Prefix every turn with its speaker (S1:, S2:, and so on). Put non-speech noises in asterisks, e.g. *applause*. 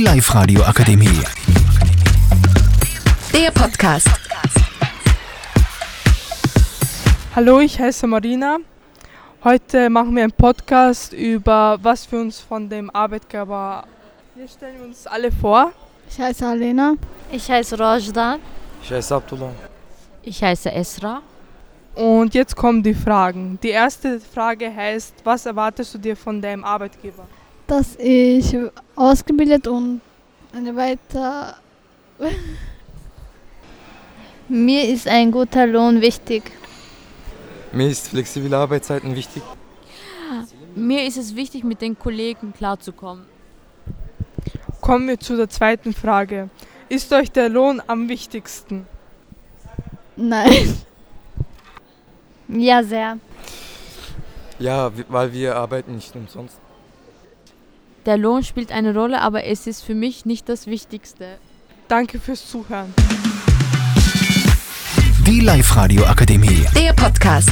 S1: Live Radio Akademie.
S2: Der Podcast.
S3: Hallo, ich heiße Marina. Heute machen wir einen Podcast über was wir uns von dem Arbeitgeber. Hier stellen wir uns alle vor.
S4: Ich heiße Alena.
S5: Ich heiße Rojda.
S6: Ich heiße Abdullah.
S7: Ich heiße Esra.
S3: Und jetzt kommen die Fragen. Die erste Frage heißt: Was erwartest du dir von deinem Arbeitgeber?
S4: Dass ich ausgebildet und eine weiter.
S5: *laughs* Mir ist ein guter Lohn wichtig.
S6: Mir ist flexible Arbeitszeiten wichtig.
S7: Mir ist es wichtig, mit den Kollegen klarzukommen.
S3: Kommen wir zu der zweiten Frage. Ist euch der Lohn am wichtigsten?
S4: Nein.
S5: Ja, sehr.
S6: Ja, wi- weil wir arbeiten nicht umsonst.
S7: Der Lohn spielt eine Rolle, aber es ist für mich nicht das Wichtigste.
S3: Danke fürs Zuhören.
S1: Die Live Radio Akademie.
S2: Der Podcast.